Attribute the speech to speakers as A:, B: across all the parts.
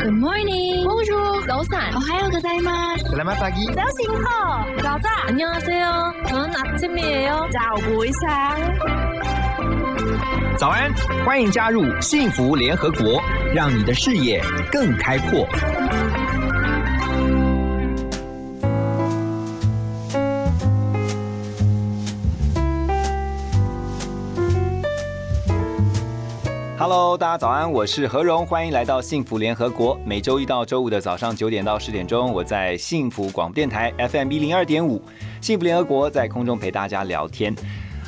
A: Good morning. Bonjour. 早散。おはようございます。
B: Selamat pagi.
A: 자우싱커. 자자. 안녕하세요. 저는 아침이에요. 자우보이상.
B: 早安，欢迎加入幸福联合国，让你的视野更开阔。Hello，大家早安，我是何荣，欢迎来到幸福联合国。每周一到周五的早上九点到十点钟，我在幸福广播电台 FM 一零二点五，幸福联合国在空中陪大家聊天。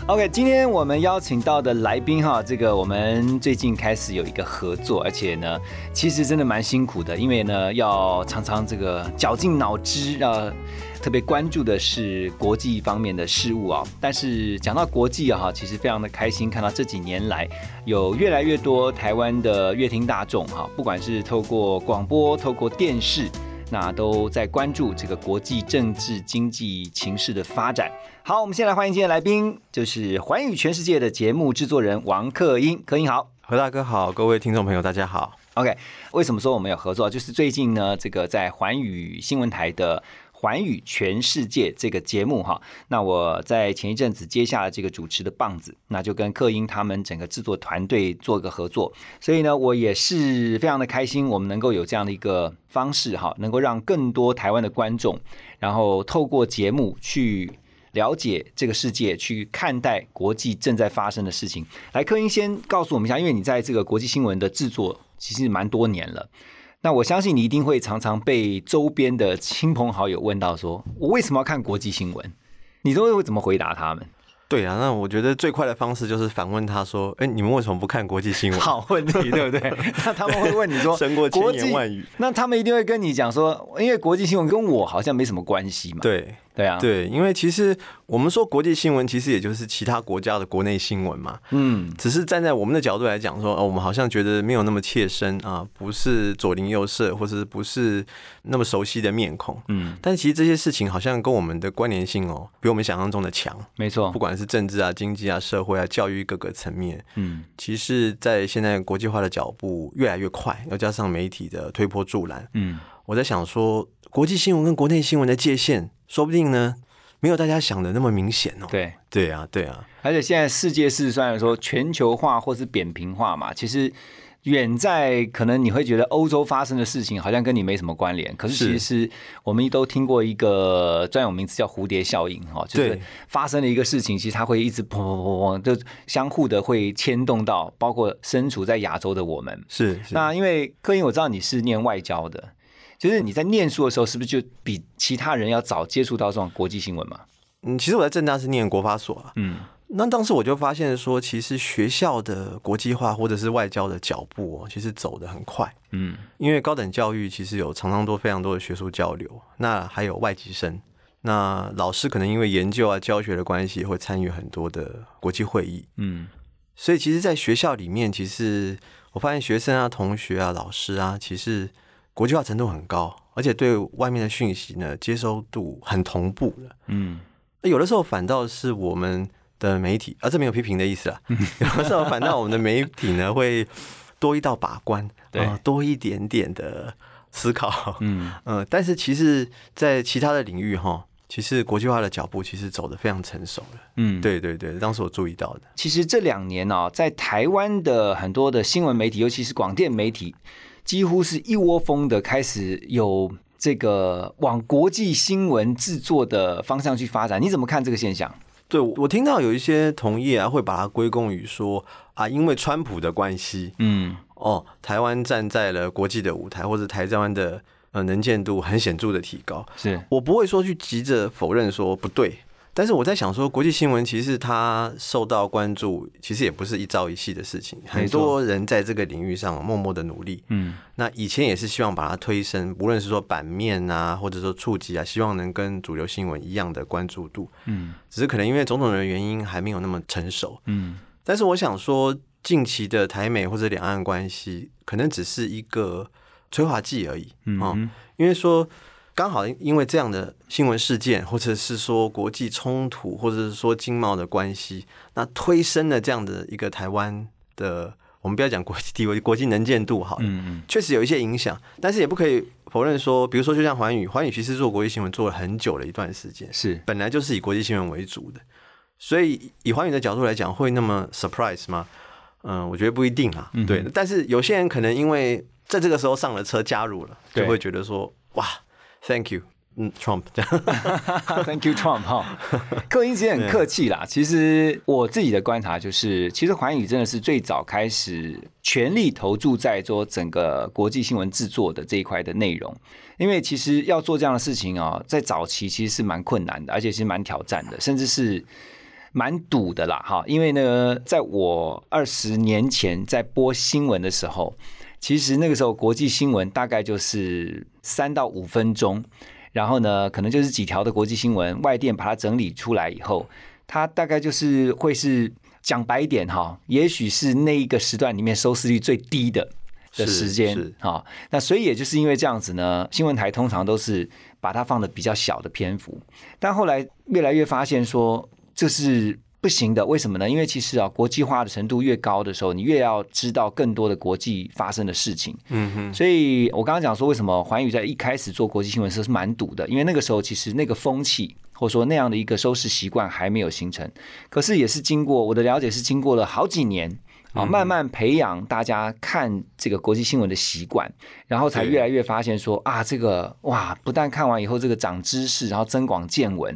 B: OK，今天我们邀请到的来宾哈，这个我们最近开始有一个合作，而且呢，其实真的蛮辛苦的，因为呢要常常这个绞尽脑汁啊，特别关注的是国际方面的事物啊。但是讲到国际哈、其实非常的开心，看到这几年来有越来越多台湾的乐听大众哈、不管是透过广播、透过电视，那都在关注这个国际政治经济情势的发展。好，我们先来欢迎今天的来宾，就是环宇全世界的节目制作人王克英，克英好。
C: 何大哥好，各位听众朋友大家好。
B: OK，为什么说我们有合作？就是最近呢，这个在环宇新闻台的。环宇全世界这个节目哈，那我在前一阵子接下了这个主持的棒子，那就跟克英他们整个制作团队做个合作，所以呢，我也是非常的开心，我们能够有这样的一个方式哈，能够让更多台湾的观众，然后透过节目去了解这个世界，去看待国际正在发生的事情。来，柯英先告诉我们一下，因为你在这个国际新闻的制作其实蛮多年了，那我相信你一定会常常被周边的亲朋好友问到说，我为什么要看国际新闻？你都会怎么回答他们？
C: 对啊，那我觉得最快的方式就是反问他说：“哎、你们为什么不看国际新闻？”，
B: 好问题，对 不对？那他们会问你说，
C: 胜过千
B: 国
C: 言
B: 际
C: 万语。
B: 那他们一定会跟你讲说，因为国际新闻跟我好像没什么关系嘛。
C: 对
B: 对啊，，
C: 对，因为其实我们说国际新闻，其实也就是其他国家的国内新闻嘛。
B: 嗯，
C: 只是站在我们的角度来讲说，哦，我们好像觉得没有那么切身啊，不是左邻右舍，或者不是那么熟悉的面孔。
B: 嗯，
C: 但其实这些事情好像跟我们的关联性哦，比我们想象中的强。
B: 没错
C: 不，管是政治啊、经济啊、社会啊、教育各个层面，
B: 嗯，
C: 其实，在现在国际化的脚步越来越快，又加上媒体的推波助澜，
B: 嗯，
C: 我在想说，国际新闻跟国内新闻的界限，说不定呢，没有大家想的那么明显哦。，
B: 对。
C: 对啊，对啊，
B: 而且现在世界是虽然说全球化或是扁平化嘛，其实远在可能你会觉得欧洲发生的事情好像跟你没什么关联，可是其实
C: 是
B: 是我们都听过一个专有名词叫蝴蝶效应哈，就是
C: 对
B: 发生了一个事情，其实它会一直砰砰砰砰，就相互的会牵动到，包括身处在亚洲的我们。
C: 是是。
B: 那因为柯英，我知道你是念外交的。就是你在念书的时候，是不是就比其他人要早接触到这种国际新闻嘛？
C: 嗯，其实我在正大是念国发所啊。
B: 嗯，
C: 那当时我就发现说，其实学校的国际化或者是外交的脚步哦，其实走得很快。
B: 嗯，
C: 因为高等教育其实有常常多非常多的学术交流，那还有外籍生，那老师可能因为研究啊教学的关系，会参与很多的国际会议，
B: 嗯，
C: 所以其实，在学校里面，其实我发现学生啊、同学啊、老师啊，其实国际化程度很高，而且对外面的讯息呢接收度很同步了。
B: 嗯，
C: 有的时候反倒是我们的媒体，啊，这没有批评的意 思啦。有的时候反倒我们的媒体呢会多一道把关，
B: 对
C: 啊多一点点的思考，
B: 嗯，
C: 呃，但是其实，在其他的领域哈，其实国际化的脚步其实走得非常成熟了。
B: 嗯，
C: 对对对，当时我注意到的，
B: 其实这两年啊，在台湾的很多的新闻媒体，尤其是广电媒体，几乎是一窝蜂的开始有这个往国际新闻制作的方向去发展。你怎么看这个现象？
C: 对我我听到有一些同业啊，会把它归功于说啊，因为川普的关系，
B: 嗯
C: 哦，台湾站在了国际的舞台，或者台湾的呃能见度很显著的提高。
B: 是
C: 我不会说去急着否认说不对，但是我在想说，国际新闻其实它受到关注，其实也不是一朝一夕的事情，
B: 没
C: 很
B: 错
C: 多人在这个领域上默默的努力。
B: 嗯
C: 那以前也是希望把它推升，无论是说版面啊，或者说触及啊，希望能跟主流新闻一样的关注度，
B: 嗯
C: 只是可能因为种种的原因还没有那么成熟。
B: 嗯
C: 但是我想说，近期的台美或者两
B: 嗯
C: 哦岸关系，可能只是一个催化剂而已。嗯，因为说刚好因为这样的新闻事件，或者是说国际冲突，或者是说经贸的关系，那推升了这样的一个台湾的，我们不要讲国际地位、国际能见度好了，
B: 嗯嗯，
C: 确实有一些影响，但是也不可以否认说，比如说就像环宇，环宇其实做国际新闻做了很久的一段时间，
B: 是
C: 本来就是以国际新闻为主的，所以以环宇的角度来讲，会那么 surprise 吗？嗯，我觉得不一定啊。
B: 嗯哼
C: 对，但是有些人可能因为在这个时候上了车加入了，
B: 对
C: 就会觉得说哇，thank you，嗯，Trump 这样，
B: Thank you Trump 哈、克林其实很客气啦。其实我自己的观察就是，其实环宇真的是最早开始全力投注在做整个国际新闻制作的这一块的内容，因为其实要做这样的事情哦，在早期其实是蛮困难的，而且其实蛮挑战的，甚至是。蛮堵的啦，哈，因为呢，在我二十年前在播新闻的时候，其实那个时候国际新闻大概就是三到五分钟，然后呢，可能就是几条的国际新闻，外电把它整理出来以后，它大概就是会是讲白一点哈，也许是那一个时段里面收视率最低的的
C: 是
B: 时间
C: 是
B: 啊、那所以也就是因为这样子呢，新闻台通常都是把它放的比较小的篇幅，但后来越来越发现说这是不行的，为什么呢？因为其实啊，国际化的程度越高的时候，你越要知道更多的国际发生的事情。
C: 嗯哼，
B: 所以我刚刚讲说，为什么环宇在一开始做国际新闻的时候是蛮堵的，因为那个时候其实那个风气或者说那样的一个收视习惯还没有形成，可是也是经过我的了解是经过了好几年。啊，慢慢培养大家看这个国际新闻的习惯，然后才
C: 对
B: 越来越发现说啊，这个哇，不但看完以后这个长知识，然后增广见闻，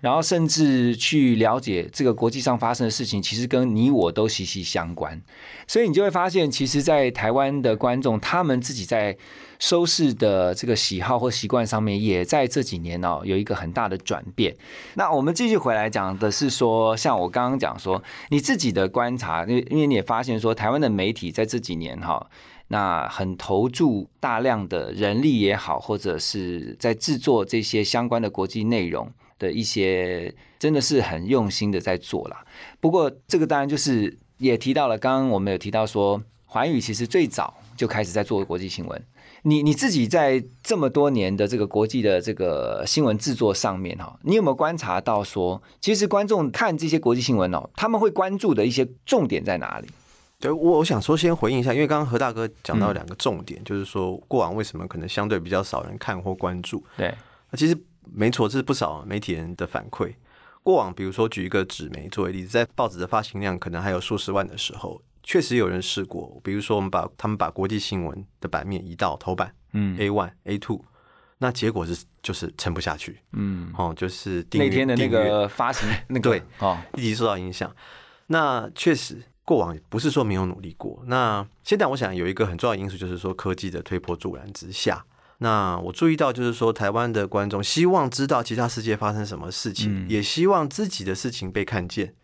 B: 然后甚至去了解这个国际上发生的事情，其实跟你我都息息相关。所以你就会发现，其实，在台湾的观众，他们自己在收视的这个喜好或习惯上面，也在这几年哦有一个很大的转变。那我们继续回来讲的是说，像我刚刚讲说，你自己的观察，因为因为你也发现说，台湾的媒体在这几年哈、那很投注大量的人力也好，或者是在制作这些相关的国际内容的一些，真的是很用心的在做啦。不过这个当然就是也提到了，刚刚我们有提到说，环宇其实最早就开始在做国际新闻。你你自己在这么多年的这个国际的这个新闻制作上面哈，你有没有观察到说，其实观众看这些国际新闻哦，他们会关注的一些重点在哪里？
C: 对我我想说先回应一下，因为刚刚何大哥讲
B: 嗯
C: 到两个重点，就是说过往为什么可能相对比较少人看或关注，
B: 对，
C: 那其实没错，这是不少媒体人的反馈。过往，比如说举一个纸媒作为例子，在报纸的发行量可能还有数十万的时候，确实有人试过。比如说，我们把他们把国际新闻的版面移到头版，
B: 嗯
C: A one、A two，那结果是就是撑不下去，
B: 嗯，
C: 哦，就是订阅
B: 那天的那
C: 订阅
B: 个发 行那个
C: 对
B: 哦，
C: 立即受到影响。那确实，过往不是说没有努力过。那现在我想有一个很重要的因素，就是说科技的推波助澜之下，那我注意到就是说，台湾的观众希望知道其他世界发生什么事
B: 嗯
C: 情，也希望自己的事情被看见。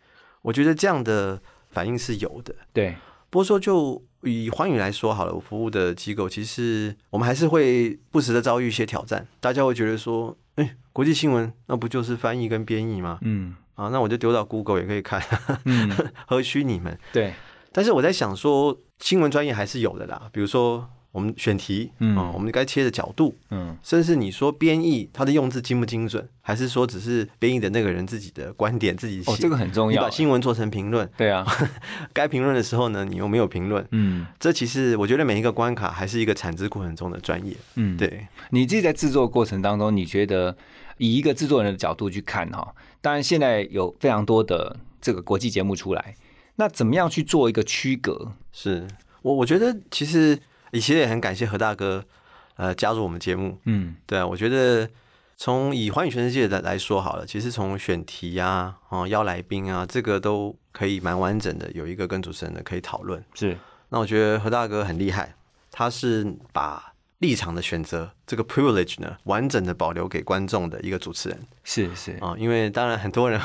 C: 我觉得这样的反应是有的。
B: 对，
C: 不过说就以环宇来说好了，我服务的机构其实我们还是会不时的遭遇一些挑战，大家会觉得说，哎、国际新闻那不就是翻译跟编译吗？
B: 嗯
C: 啊，那我就丢到 Google 也可以看，
B: 嗯，
C: 何须你们？
B: 对，
C: 但是我在想说，新闻专业还是有的啦，比如说我们选题，
B: 嗯
C: 嗯，我们该切的角度，
B: 嗯
C: 甚至你说编译它的用字精不精准，还是说只是编译的那个人自己的观点自己写，
B: 哦，这个很重
C: 你
B: 要
C: 把，新闻做成评论，
B: 对 啊，
C: 该评论的时候呢，你又没有评论，
B: 嗯
C: 这其实我觉得每一个关卡还是一个产值过程中的专业，
B: 嗯，。
C: 对，
B: 你自己在制作过程当中，你觉得以一个制作人的角度去看哈，当然现在有非常多的这个国际节目出来，那怎么样去做一个区隔？
C: 是我我觉得其实以前也很感谢何大哥，呃，加入我们节目，
B: 嗯
C: 对啊，我觉得从以环宇全世界的来说好了，其实从选题啊、哦邀来宾啊，这个都可以蛮完整的，有一个跟主持人的可以讨论。
B: 是，
C: 那我觉得何大哥很厉害，他是把立场的选择这个 privilege 呢，完整的保留给观众的一个主持人
B: 是是，
C: 啊、因为当然很多人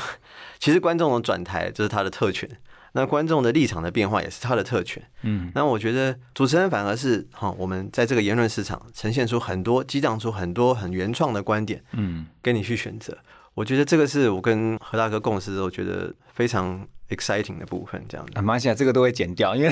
C: 其实观众的转台这是他的特权，那观众的立场的变化也是他的特权。
B: 嗯
C: 那我觉得主持人反而是哈、我们在这个言论市场呈现出很多激荡出很多很原创的观点，
B: 嗯
C: 跟你去选择。我觉得这个是我跟何大哥共识的时候，我觉得非常 exciting 的部分，这样子
B: 啊，马来西亚这个都会剪掉，因为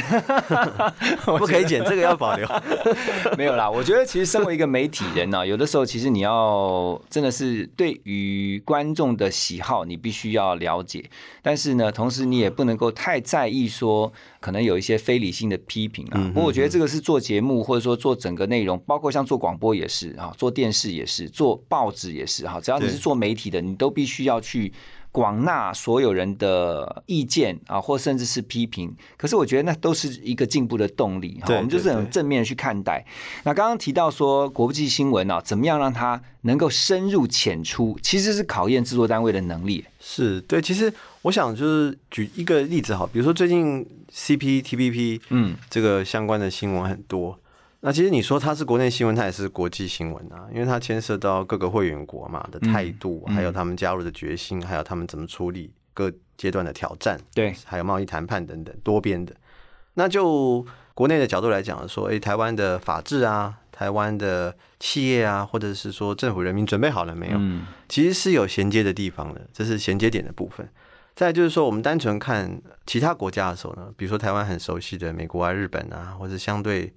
B: 我
C: 不可以剪，这个要保留。
B: 没有啦，我觉得其实身为一个媒体人呢、有的时候其实你要真的是对于观众的喜好，你必须要了解，但是呢，同时你也不能够太在意说可能有一些非理性的批评啊。不过我觉得这个是做节目或者说做整个内容，包括像做广播也是啊，做电视也是，做报纸也是哈、只要你
C: 对
B: 是做媒体的，你都必须要去。广纳所有人的意见啊，或甚至是批评，可是我觉得那都是一个进步的动力哈。
C: 对
B: 我们就是
C: 对
B: 很
C: 对
B: 正面地去看待。那刚刚提到说国际新闻啊，怎么样让它能够深入浅出，其实是考验制作单位的能力。
C: 是对，其实我想就是举一个例子好，比如说最近 CP、TPP，
B: 嗯，
C: 这个相关的新闻很多。那其实你说它是国内新闻，它也是国际新闻啊，因为它牵涉到各个会员国嘛的态度，还有他们加入的决心，还有他们怎么处理各阶段的挑战，
B: 对，
C: 还有贸易谈判等等多边的。那就国内的角度来讲，说，诶，台湾的法治啊，台湾的企业啊，或者是说政府人民准备好了没有？
B: 嗯
C: 其实是有衔接的地方的，这是衔接点的部分。再来就是说，我们单纯看其他国家的时候呢，比如说台湾很熟悉的美国啊、日本啊，或者相对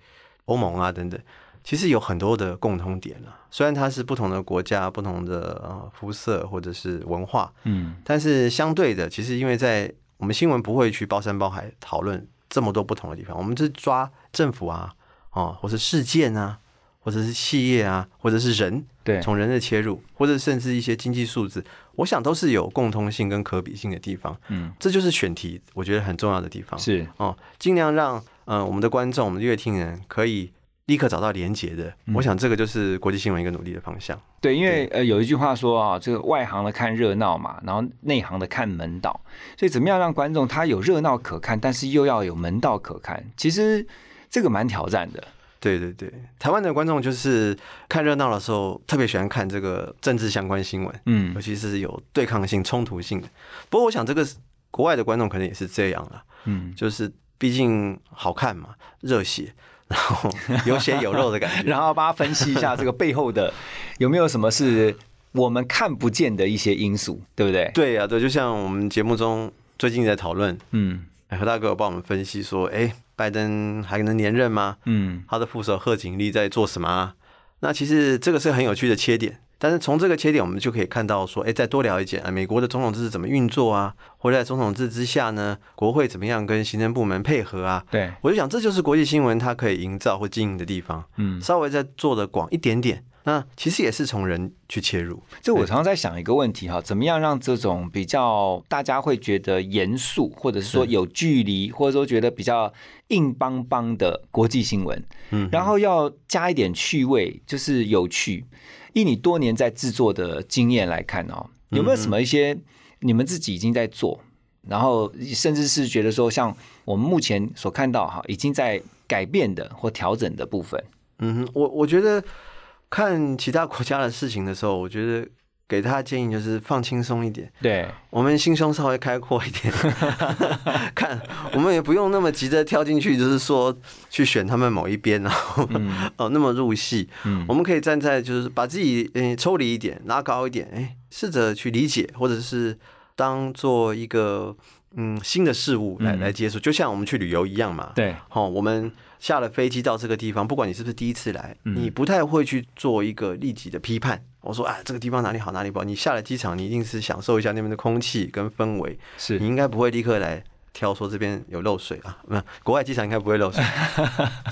C: 欧盟啊等等，其实有很多的共通点啊。虽然它是不同的国家、不同的呃肤色或者是文化，
B: 嗯，
C: 但是相对的，其实因为在我们新闻不会去包山包海讨论这么多不同的地方，我们是抓政府啊，哦，或是事件啊，或者是企业啊，或者是人，
B: 对
C: 从人的切入，或者甚至一些经济数字，我想都是有共通性跟可比性的地方。
B: 嗯，
C: 这就是选题，我觉得很重要的地方。
B: 是
C: 哦，尽量让嗯、呃我们的观众、我们的乐听人可以立刻找到连结的。
B: 嗯
C: 我想这个就是国际新闻一个努力的方向。
B: 对，因为呃有一句话说啊，这个外行的看热闹嘛，然后内行的看门道，所以怎么样让观众他有热闹可看，但是又要有门道可看，其实这个蛮挑战的。
C: 对对对，台湾的观众就是看热闹的时候，特别喜欢看这个政治相关新闻，
B: 嗯
C: 尤，其是有对抗性、冲突性的。不过，我想这个是国外的观众可能也是这样啦，
B: 嗯，
C: 就是毕竟好看嘛，热血，然后有血有肉的感觉。
B: 然后帮他分析一下这个背后的有没有什么是我们看不见的一些因素，对不对？
C: 对呀、对，就像我们节目中最近在讨论，
B: 嗯
C: 哎何大哥有帮我们分析说，哎，拜登还能连任吗？
B: 嗯，
C: 他的副手贺锦丽在做什么、啊？那其实这个是很有趣的切点，但是从这个切点，我们就可以看到说，哎，再多聊一点啊，美国的总统制是怎么运作啊，或者在总统制之下呢，国会怎么样跟行政部门配合啊？
B: 对，
C: 我就想，这就是国际新闻它可以营造或经营的地方，
B: 嗯，
C: 稍微再做的广一点点。那其实也是从人去切入，
B: 这我常常在想一个问题哈，怎么样让这种比较大家会觉得严肃，或者是说有距离，或者说觉得比较硬邦邦的国际新闻，
C: 嗯，
B: 然后要加一点趣味，就是有趣。以你多年在制作的经验来看哦，有
C: 嗯
B: 没有什么一些你们自己已经在做，然后甚至是觉得说，像我们目前所看到哈，已经在改变的或调整的部分，
C: 嗯哼，我我觉得看其他国家的事情的时候，我觉得给他的建议就是放轻松一点，
B: 对，
C: 我们心胸稍微开阔一点，看我们也不用那么急着跳进去，就是说去选他们某一边，然后、哦那么入戏。
B: 嗯
C: 我们可以站在就是把自己嗯、抽离一点，拉高一点，哎、试着去理解，或者是当做一个嗯新的事物来来接触，就像我们去旅游一样嘛。
B: 对，
C: 哦，我们下了飞机到这个地方，不管你是不是第一次来，你不太会去做一个立即的批判。我说啊，这个地方哪里好哪里不好。你下了机场，你一定是享受一下那边的空气跟氛围，
B: 是
C: 你应该不会立刻来挑说这边有漏水 啊。那国外机场应该不会漏水，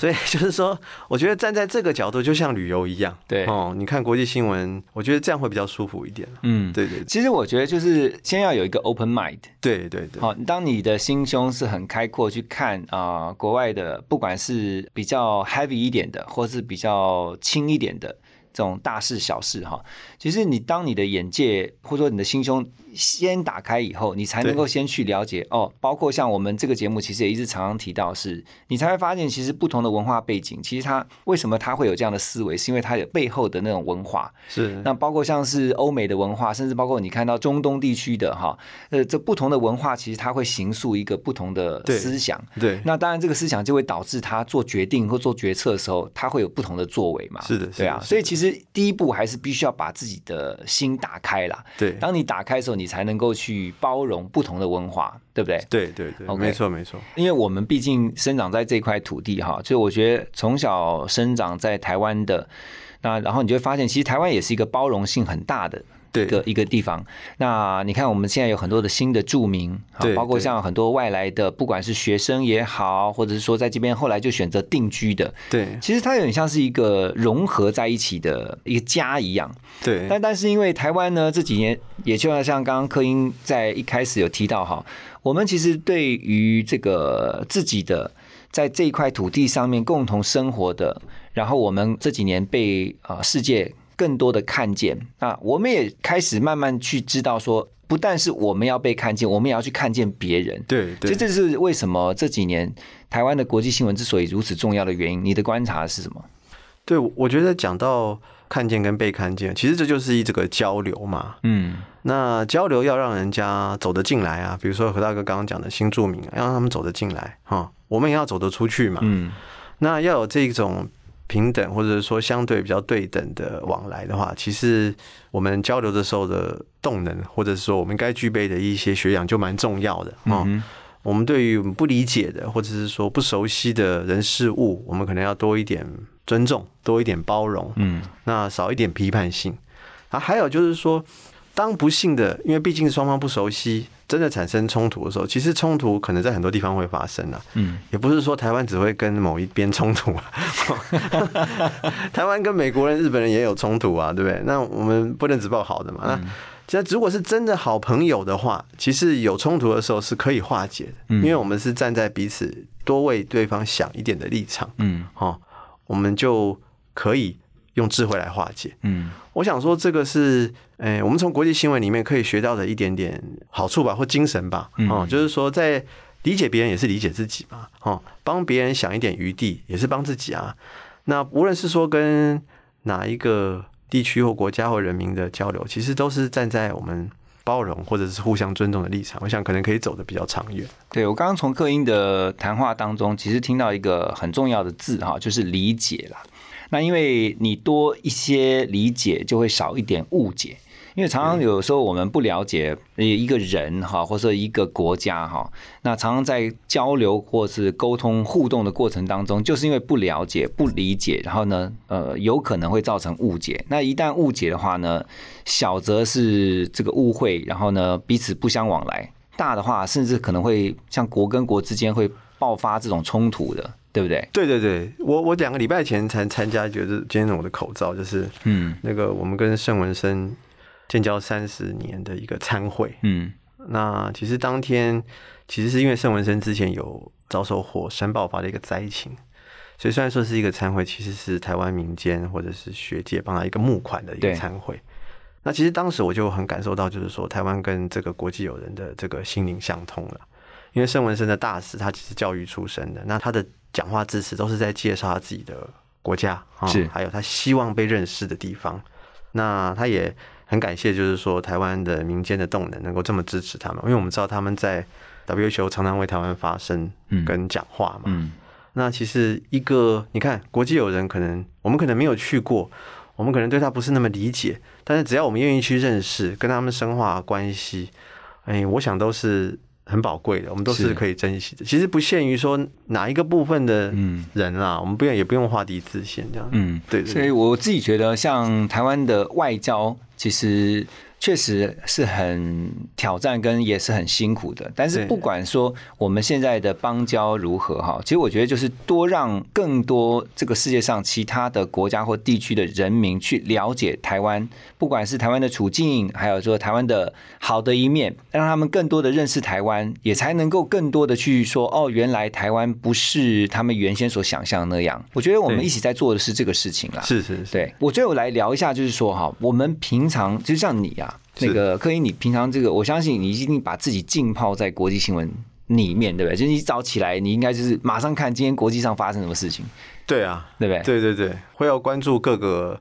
C: 所以就是说，我觉得站在这个角度，就像旅游一样，
B: 对
C: 哦，你看国际新闻，我觉得这样会比较舒服一点。
B: 嗯，
C: 对对
B: 其实我觉得就是先要有一个 open mind，
C: 对对对，
B: 好、当你的心胸是很开阔去看啊、国外的不管是比较 heavy 一点的，或是比较轻一点的这种大事小事哈、其实你当你的眼界或者说你的心胸先打开以后，你才能够先去了解哦。包括像我们这个节目，其实也一直常常提到是，你才会发现其实不同的文化背景，其实它为什么它会有这样的思维，是因为它有背后的那种文化。
C: 是
B: 那包括像是欧美的文化，甚至包括你看到中东地区的哈，呃，这不同的文化其实它会形塑一个不同的
C: 对
B: 思想。
C: 对，
B: 那当然，这个思想就会导致他做决定或做决策的时候，他会有不同的作为嘛。
C: 是的是的
B: 对啊。
C: 是的
B: 所以其实第一步还是必须要把自己的心打开啦。
C: 对
B: 当你打开的时候，你你才能够去包容不同的文化，对不对？
C: 对对对
B: OK
C: 没错没错，
B: 因为我们毕竟生长在这块土地哈，所以我觉得从小生长在台湾的，那然后你就会发现，其实台湾也是一个包容性很大的
C: 对
B: 一个一个地方。那你看，我们现在有很多的新的住民，啊
C: 对
B: 包括像很多外来的，不管是学生也好，或者是说在这边后来就选择定居的，
C: 对
B: 其实它有点像是一个融合在一起的一个家一样。
C: 对
B: 但但是因为台湾呢这几年，也就像刚刚柯英在一开始有提到哈，我们其实对于这个自己的在这一块土地上面共同生活的，然后我们这几年被啊、呃世界更多的看见啊，我们也开始慢慢去知道说，不但是我们要被看见，我们也要去看见别人。
C: 对
B: 其实
C: 对，
B: 这是为什么这几年台湾的国际新闻之所以如此重要的原因。你的观察是什么？
C: 对我我觉得讲到看见跟被看见，其实这就是一这个交流嘛。
B: 嗯，
C: 那交流要让人家走得进来啊，比如说何大哥刚刚讲的新住民啊，要让他们走得进来哈、我们也要走得出去嘛。
B: 嗯，
C: 那要有这种平等或者说相对比较对等的往来的话，其实我们交流的时候的动能，或者是说我们该具备的一些学养就蛮重要的哦。我们对于我们不理解的，或者是说不熟悉的人事物，我们可能要多一点尊重，多一点包容，
B: 嗯，
C: 那少一点批判性。啊，还有就是说，当不幸的，因为毕竟双方不熟悉，真的产生冲突的时候，其实冲突可能在很多地方会发生啊。
B: 嗯，
C: 也不是说台湾只会跟某一边冲突啊， 台湾跟美国人、日本人也有冲突啊，对不对？那我们不能只报好的嘛。那其实如果是真的好朋友的话，其实有冲突的时候是可以化解的，因为我们是站在彼此多为对方想一点的立场，
B: 嗯
C: 哦，我们就可以用智慧来化解。
B: 嗯
C: 我想说，这个是，诶、我们从国际新闻里面可以学到的一点点好处吧，或精神吧，哦，就是说，在理解别人也是理解自己嘛，哦，帮别人想一点余地也是帮自己啊。那无论是说跟哪一个地区或国家或人民的交流，其实都是站在我们包容或者是互相尊重的立场，我想可能可以走得比较长远。
B: 对，我刚刚从克英的谈话当中，其实听到一个很重要的字哈，就是理解啦。那因为你多一些理解，就会少一点误解。因为常常有时候我们不了解呃一个人哈，或者一个国家哈，那常常在交流或是沟通互动的过程当中，就是因为不了解、不理解，然后呢，呃，有可能会造成误解。那一旦误解的话呢，小则是这个误会，然后呢彼此不相往来；大的话，甚至可能会像国跟国之间会爆发这种冲突的，对不对？
C: 对对对，我我两个礼拜前才参加，就是今天我的口罩，就是
B: 嗯
C: 那个我们跟盛文生建交三十年的一个参会。
B: 嗯
C: 那其实当天其实是因为盛文生之前有遭受火山爆发的一个灾情，所以虽然说是一个参会，其实是台湾民间或者是学界帮他一个募款的一
B: 对
C: 个参会。那其实当时我就很感受到，就是说台湾跟这个国际友人的这个心灵相通了。因为盛文生的大使，他其实教育出身的，那他的讲话致辞都是在介绍他自己的国家，啊
B: 是
C: 还有他希望被认识的地方。那他也很感谢，就是说台湾的民间的动能能够这么支持他们，因为我们知道他们在 WHO 常常为台湾发声
B: 嗯
C: 跟讲话嘛。
B: 嗯，
C: 那其实一个你看，国际友人可能我们可能没有去过，我们可能对他不是那么理解，但是只要我们愿意去认识，跟他们深化关系，哎，我想都是很宝贵的，我们都
B: 是
C: 是可以珍惜的。其实不限于说哪一个部分的人啦，我们不用也不用画地自限这样。
B: 嗯，
C: 啊对对
B: 所以我自己觉得，像台湾的外交，其实确实是很挑战，跟也是很辛苦的。但是
C: 对
B: 不管说我们现在的邦交如何哈，其实我觉得就是多让更多这个世界上其他的国家或地区的人民去了解台湾，不管是台湾的处境，还有说台湾的好的一面，让他们更多的认识台湾，也才能够更多的去说哦，原来台湾不是他们原先所想象的那样。我觉得我们
C: 对
B: 一起在做的是这个事情啦。
C: 是是是，
B: 对我最后来聊一下，就是说哈，我们平常就像你啊，
C: 是
B: 那个柯英，你平常这个，我相信你一定把自己浸泡在国际新闻里面，对不对？就是你一早起来，你应该就是马上看今天国际上发生什么事情，
C: 对啊，
B: 对不对？，
C: 对对对，会要关注各个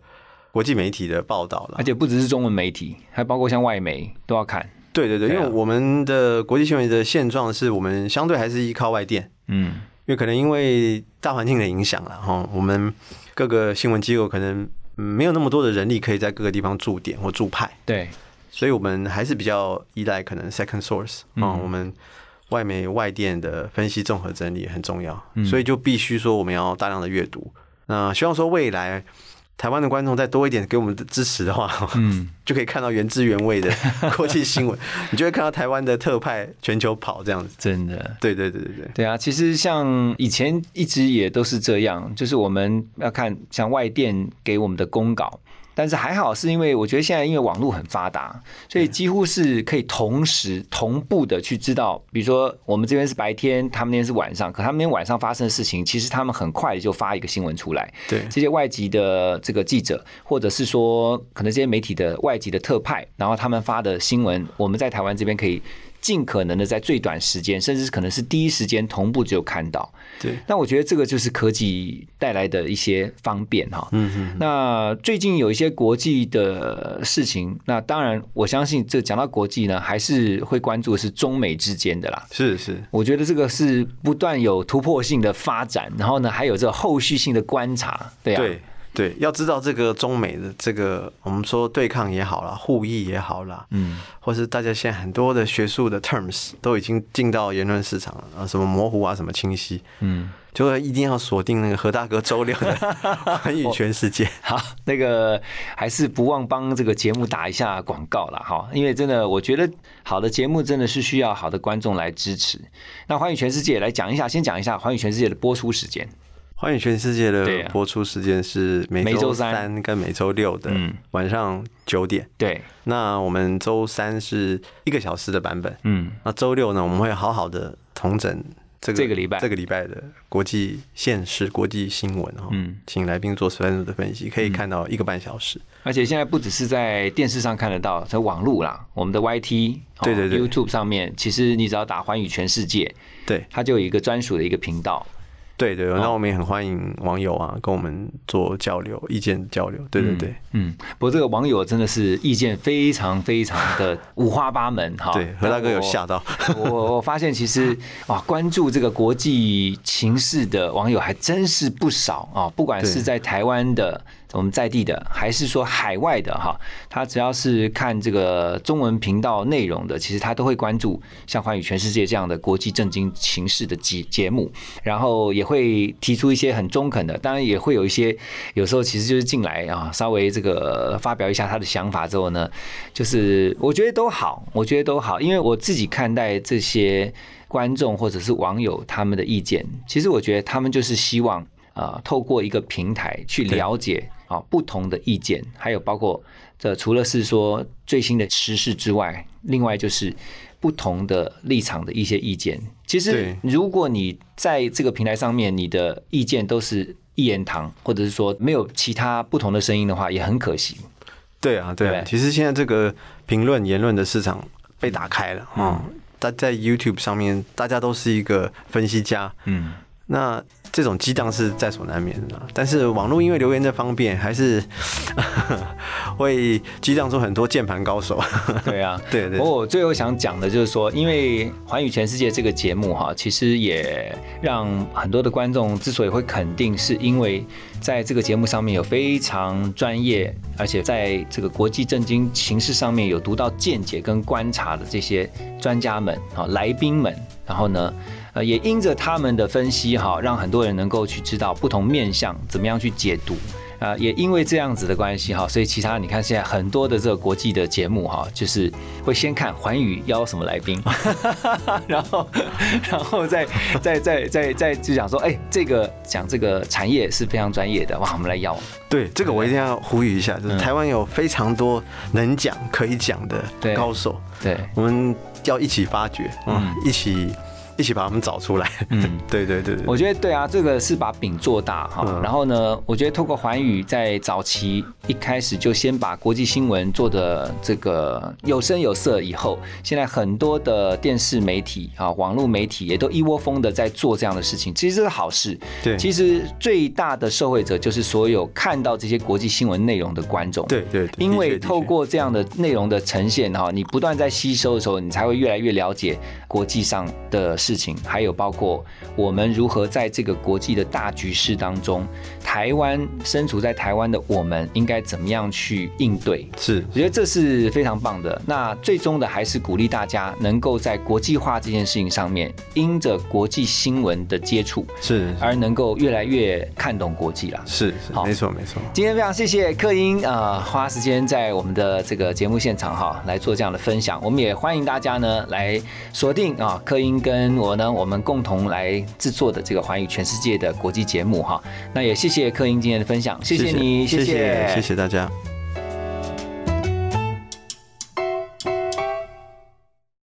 C: 国际媒体的报道啦
B: 而。且不只是中文媒体，还包括像外媒都要看。
C: 对对对，因
B: 对啊
C: 为我们的国际新闻的现状是我们相对还是依靠外电，
B: 嗯
C: 因为可能因为大环境的影响了哈，我们各个新闻机构可能嗯没有那么多的人力可以在各个地方驻点或驻派，
B: 对，
C: 所以我们还是比较依赖可能 second source 啊、我们外媒外电的分析、综合整理也很重要，所以就必须说我们要大量的阅读。那希望说未来台湾的观众再多一点给我们的支持的话，嗯， 就可以看到原汁原味的国际新 闻，你就会看到台湾的特派全球跑这样子。
B: 真的。
C: 对对对对对，
B: 对啊，其实像以前一直也都是这样，就是我们要看像外电给我们的公稿，但是还好是因为我觉得现在因为网络很发达，所以几乎是可以同时同步的去知道，比如说我们这边是白天，他们那边是晚上，可他们那边晚上发生的事情，其实他们很快就发一个新闻出来，
C: 对
B: 这些外籍的这个记者，或者是说可能这些媒体的外籍的特派，然后他们发的新闻，我们在台湾这边可以尽可能的在最短时间，甚至可能是第一时间同步就看到。
C: 对
B: 那我觉得这个就是科技带来的一些方便哈。嗯嗯。那最近有一些国际的事情，那当然我相信这讲到国际呢，还是会关注的是中美之间的啦。
C: 是是，
B: 我觉得这个是不断有突破性的发展，然后呢，还有这个后续性的观察，对啊，
C: 对对，要知道这个中美的这个，我们说对抗也好啦，互益也好啦，
B: 嗯，
C: 或是大家现在很多的学术的 terms 都已经进到言论市场了啊，什么模糊啊，什么清晰，
B: 嗯，
C: 就一定要锁定那个何大哥周六 的 环宇全世界。
B: 好，那个还是不忘帮这个节目打一下广告啦。哈，因为真的我觉得好的节目真的是需要好的观众来支持。那环宇全世界来讲一下，先讲一下环宇全世界的播出时间，
C: 环宇全世界
B: 对
C: 的
B: 啊
C: 播出时间是每
B: 每周
C: 周
B: 三
C: 三跟每周六的
B: 嗯
C: 晚上九点。
B: 对，
C: 那我们周三是一个小时的版本，
B: 嗯，
C: 那周六呢，我们会好好的统整这个
B: 这个礼拜
C: 这个礼拜的国际现实、国际新闻哈、哦，
B: 嗯，
C: 请来宾做深入的分析，可以看到一个半小时，
B: 而且现在不只是在电视上看得到，在网络啦，我们的 YT、哦
C: 对对对
B: YouTube 上面，其实你只要打环宇全世界，
C: 对
B: 它就有一个专属的一个频道。
C: 对对，那我们也很欢迎网友啊，跟我们做交流、意见交流，对对对。
B: 嗯，不过这个网友真的是意见非常非常的五花八门哈。
C: 对，何大哥有吓
B: 下。
C: 到，
B: 我我发现其实哇，关注这个国际情势的网友还真是不少啊、不管是
C: 对
B: 在台湾的我们在地的，还是说海外的哈，他只要是看这个中文频道内容的，其实他都会关注像《寰宇全世界》这样的国际震惊情势的节节目，然后也会提出一些很中肯的，当然也会有一些有时候其实就是进来啊，稍微这个呃发表一下他的想法之后呢，就是我觉得都好，我觉得都好，因为我自己看待这些观众或者是网友他们的意见，其实我觉得他们就是希望啊、呃透过一个平台去了解啊、不同的意见，还有包括这除了是说最新的时事之外，另外就是不同的立场的一些意见。其实
C: 对
B: 如果你在这个平台上面，你的意见都是一言堂，或者是说没有其他不同的声音的话，也很可惜。
C: 对啊，对
B: 对
C: 啊。其实现在这个评论言论的市场被打开了，嗯，大在 YouTube 上面，大家都是一个分析家，
B: 嗯，
C: 那这种激荡是在所难免的啦，但是网络因为留言的方便，还是 会激荡出很多键盘高手。
B: 对啊，
C: 对对
B: 不过我最后想讲的就是说，因为《环宇全世界》这个节目哈，其实也让很多的观众之所以会肯定，是因为在这个节目上面有非常专业，而且在这个国际政经形势上面有独到见解跟观察的这些专家们啊、来宾们，然后呢。呃，也因着他们的分析哈，让很多人能够去知道不同面向怎么样去解读。啊，也因为这样子的关系哈，所以其他你看现在很多的这个国际的节目哈，就是会先看环宇邀什么来宾， 然后然后再再再再再就想说，哎、这个讲这个产业是非常专业的，哇，我们来邀，
C: 对，这个我一定要呼吁一下，
B: 嗯
C: 就是台湾有非常多能讲可以讲的
B: 对
C: 高手，
B: 对，
C: 我们要一起发掘，嗯，一起一起把他们找出来。
B: 嗯。
C: 对对对对，
B: 我觉得对啊，这个是把饼做大哈。
C: 嗯
B: 然后呢，我觉得透过环宇在早期一开始就先把国际新闻做的这个有声有色，以后现在很多的电视媒体啊、网络媒体也都一窝蜂的在做这样的事情，其实这是好事。
C: 对
B: 其实最大的受惠者就是所有看到这些国际新闻内容的观众。
C: 对对对，
B: 因
C: 的
B: 为
C: 确
B: 透过这样的内容的呈现哈，你不断在吸收的时候，你才会越来越了解国际上的事情，还有包括我们如何在这个国际的大局势当中，台湾身处在台湾的我们应该怎么样去应对。
C: 是
B: 我觉得这是非常棒的。那最终的还是鼓励大家能够在国际化这件事情上面，因着国际新闻的接触，
C: 是
B: 而能够越来越看懂国际啦。
C: 是，是
B: 好
C: 没错没错。
B: 今天非常谢谢克英啊、呃花时间在我们的这个节目现场哈，来做这样的分享。我们也欢迎大家呢来锁定啊，克英跟我呢，我们共同来制作的这个环宇全世界的国际节目哈。那也谢谢克英今天的分享，谢谢你，
C: 谢谢谢谢大家。